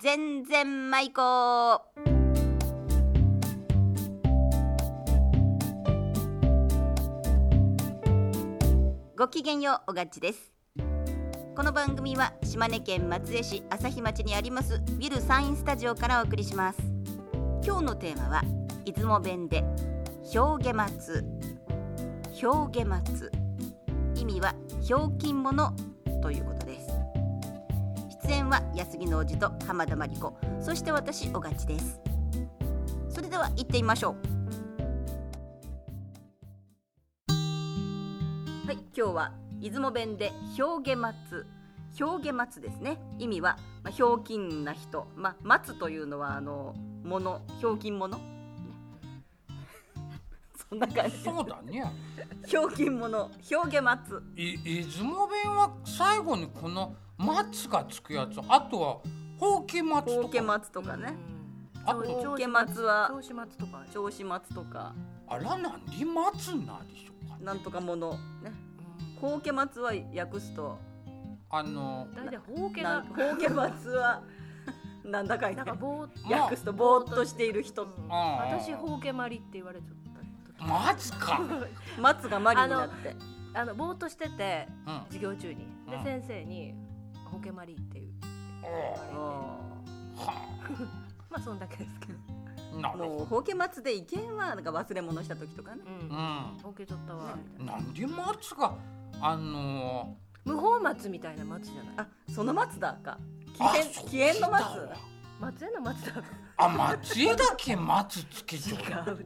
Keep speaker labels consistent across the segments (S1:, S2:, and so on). S1: 全然舞子ごきげんようおがっちですこの番組は島根県松江市朝日町にありますビルサインスタジオからお送りします今日のテーマは出雲弁で表下松表下松意味はひょうきん者ということです出演は安木のおじと浜田真理子そして私小勝ですそれでは行ってみましょうはい今日は出雲弁で表現松表現松ですね意味はまあひょうきんな人まあ松というのはあのものひょうきんもの そんな感じ
S2: そうだね。
S1: ひょうきんもの表現松
S2: い出雲弁は最後にこの松がつくやつ。あとはほうけ松
S1: ほ
S2: と
S1: うけ
S2: か。
S1: 松とかね
S2: あ
S3: うん
S2: と
S1: ほうけ松は
S3: 調子松とか、
S1: 銚子松とか
S2: あらなんり松なんでしょうか、
S1: なんとかものね
S3: うん
S1: 高家松は訳すと
S2: あの
S3: 大体ほうけ
S1: なん
S3: が
S1: 高家松はなんだかいね
S3: なんかぼーっと
S2: まあ
S1: 訳すとぼーっとしている人
S3: うん
S2: あー
S3: 私ほうけまりって言われちゃった時
S2: 松か。
S1: 松がマリになって
S3: あのぼーっとしてて
S2: うん。
S3: 授業中にで
S2: うん
S3: 先生にほうけまりっていう
S2: お
S1: も
S2: ーは
S3: まあそんだけですけど
S2: あな
S1: う
S2: る
S1: もう
S2: ほ
S1: 高家松で意見はなんか忘れ物した時とかね
S3: うん
S2: ど。う
S3: ほうけちゃったわみたい
S2: ん。
S3: な
S2: なんで松があの
S3: 無法松みたいな松じゃない
S1: あその松だか
S2: ー、あ
S1: 紀
S2: そう
S1: 元紀元の
S2: 聞いたわ
S1: 松
S3: 松江の松だ
S2: あ松江だけ松つけちゃう。
S1: 違う違 う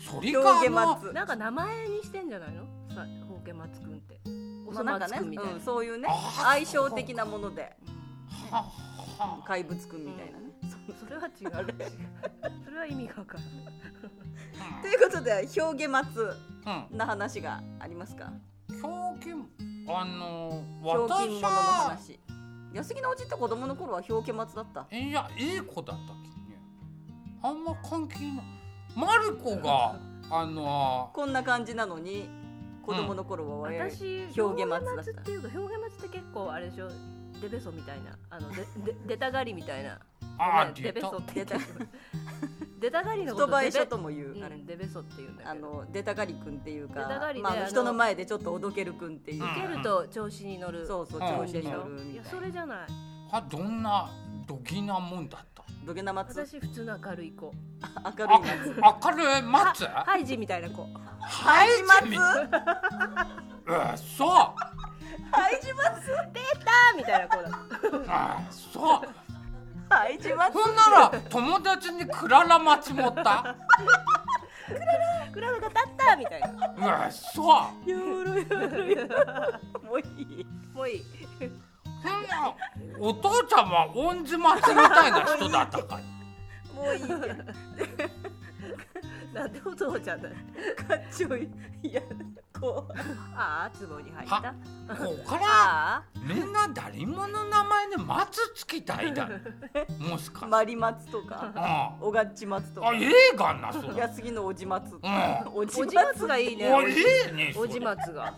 S2: それ
S1: 違う表
S2: かあ
S1: 現
S2: の
S1: 松
S3: なんか名前にしてんじゃないのさほうけ松くんってお
S1: まあ
S3: そ
S1: なんか
S3: 松くんみ
S1: ね
S3: たいな、
S1: うんそういうね
S2: あー
S1: 相性的なもので
S2: はは
S1: 怪物くんみたいなね
S3: うんそれは違うそれは意味がわからない
S1: ということで表現松
S2: うん。うん
S1: な話がありますか
S2: 表現あの
S1: ひょうきんも
S2: 私
S1: のの
S2: は
S1: 話安木のおじって子供の頃は表現松だった
S2: いやいい子だったっけねあんま関係ないマルコがあの
S1: こんな感じなのに子供の頃は親より
S3: 私
S1: 表現松だった
S3: 表現っていうか表現松って結構あれでしょデベソみたいなあので で出たがりみたいな
S2: あ
S3: ごめん
S2: ー
S3: デベ
S2: 出た
S3: ソって言ってた出たがりのこ
S1: 人
S3: と
S1: 映え
S3: デベ
S1: 書とも言う、
S3: うん
S1: あれ
S3: デベソって言うんだ
S1: あ
S3: けど
S1: の出たがりくんっていうか
S3: 出たがりで
S1: まああ
S3: あ
S1: の、
S3: の
S1: 人の前でちょっとおどけるくんっていう、
S2: うん
S3: 受けると調子に乗る
S1: そうそう
S2: うん
S1: 調子
S3: で
S1: に
S3: し
S1: 乗
S3: ょ
S1: る
S3: い
S1: み
S3: や
S1: たい
S3: そ
S1: な
S3: れじゃない
S2: あどんなどぎなもんだった
S1: どげな松
S3: 私普通の明るい子
S1: 明るい
S2: あ
S1: 松
S2: 明るい松
S3: ハイジみたいな子
S2: ハイ
S1: 松
S2: ジえそう
S1: 廃寺松
S3: あーみたいな子だ
S2: えそう
S1: 廃寺松
S2: ほんなら友達にクララ松持った
S3: クラブが立ったみたい な
S2: えそう
S1: ゆるゆるもういい
S3: もういい
S2: そんなお父ちゃんは恩師松みたいな人だったから
S1: もういい
S3: なんでお父ちゃんだ
S1: かっちょいいいやこう
S3: ああ壺に入っ
S2: は
S3: た
S2: ここから
S3: あ
S2: みんな誰もの名前に松つきたいだろ もしかして、
S1: マリ松とか
S2: う
S1: おがっち松と
S2: ん、あ
S1: か
S2: ええがなそれ
S1: 安木のおじ松
S2: ん
S1: お
S3: おじ松がいいね
S2: おいいねそ
S3: お
S2: れ
S3: じ松が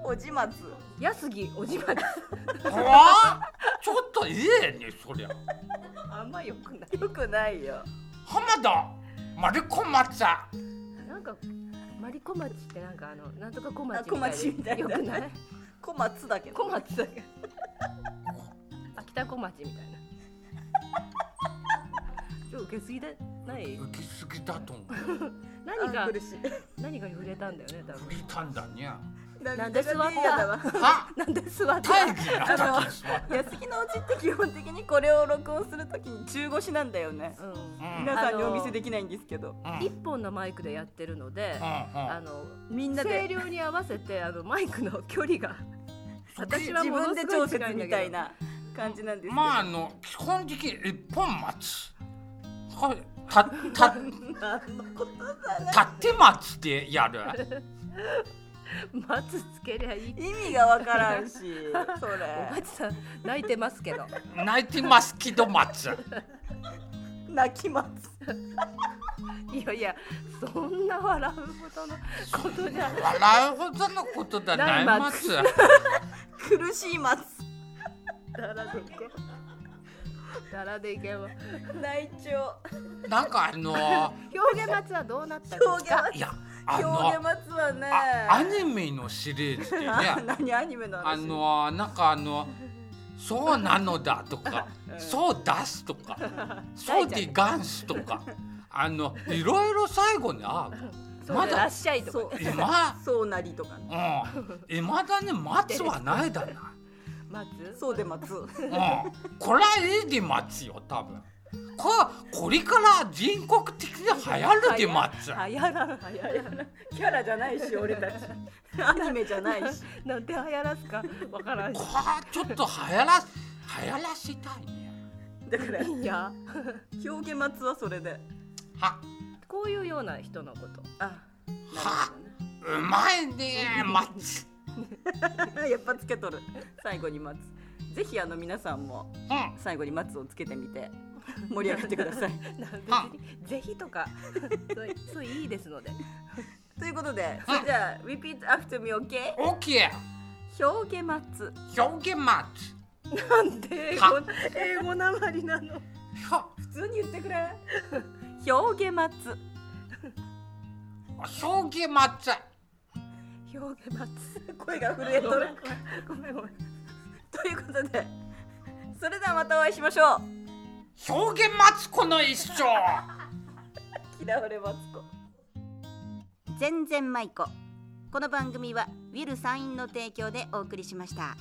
S2: うん
S1: おじ松
S3: 安ぎおじ松
S2: 怖っちょっとええねそりゃ
S3: あんま良くない
S1: よくないよ
S2: 浜田マルコ松
S3: なんかマリコ町ってなんかあのなんとか小町
S1: あ小町みたいな
S3: よくない
S1: 小松だけど
S3: 小町だけあ北小町みたいなちょっと受け継ぎでない
S2: 受けすぎだと思う
S3: 何が
S1: 苦しい
S3: 何かに触れたんだよね多
S2: 振りたんだにゃ
S3: なんで座った
S1: 嫌だわ
S2: はは
S3: 分なんで座って
S2: 大義なったけさ
S1: 安木のおじって基本的にこれを録音するときに中腰なんだよね
S3: うん
S2: うん
S1: 皆さんにお見せできないんですけど
S2: うんうん
S3: 一本のマイクでやってるので
S2: うん
S3: あの
S1: みんな
S3: 声
S1: で
S3: 量に合わせてあのマイクの 距離が私は
S1: 自
S3: もの
S1: 分
S3: す
S1: で調
S3: ごい
S1: 節
S3: 近いんだ
S1: み
S3: けど
S1: たいな感じなんですけど
S2: まああの基本的に一本松これたた
S1: 何のことだね
S2: 立て松でやる
S3: 待つつけりゃいい
S1: 意味がわから んしそ
S3: お
S1: れ
S3: ばちさん泣いてますけど
S2: 泣いてますけど松
S1: 泣きます
S3: いやいやそんな笑うことのことじゃ
S2: 笑うほどのことだない
S3: ない
S2: 松
S3: 松
S1: 苦しいます
S3: だらどこダラでいけば
S1: 内調
S2: なんかあのー
S3: 表現松はどうなったんです
S1: 表現
S3: か
S2: いやあ
S1: 表現
S2: の
S1: 待つわね
S2: あアニメのシリーズ でね
S1: 何アニメの話
S2: あのーなんかあのそうなのだとか、
S1: うん
S2: そう出す とか、そうでガンスとか、あのいろいろ最後にあ
S3: そうで
S2: まだ
S3: らっしゃいとか
S1: そう
S3: ね
S2: 今、
S1: そうなりとかね
S2: うん、今だね待つはないだな。
S3: 松
S1: そうで待つ
S2: うん、これはいいで待つよ多分。ここれから全国的に流行るで待つ。
S3: はやらんはやらん
S1: キャラじゃないし俺たちアニメじゃないし
S3: なんて流行らすかわからんし
S2: これちょっと流行ら流行らせたいね。
S1: だから
S3: いや
S1: 表現待つはそれで
S2: は
S3: こういうような人のこと
S1: あ
S2: はうまいね待つ。
S1: やっぱつけとる最後に待つぜひあの皆さんも
S2: うんは
S1: 最後に待つをつけてみて盛り上げてくださ い
S3: な
S2: あ
S3: 別にぜひとかそうそういいですので
S1: ということでそれじゃあ repeat after me OK
S2: OK
S1: 表現待つ
S2: 表現待つ。
S3: なんで英語
S2: は
S3: 英語なまりなの
S2: は
S1: 普通に言ってくれ表現待つ
S2: 表現待つ。
S3: 表現松
S1: 声が震えとる
S3: ごめんごめん
S1: ということでそれではまたお会いしましょう
S2: 表現待つこの一生。
S1: 嫌われマツコ全然舞子この番組はウィル・サインの提供でお送りしました。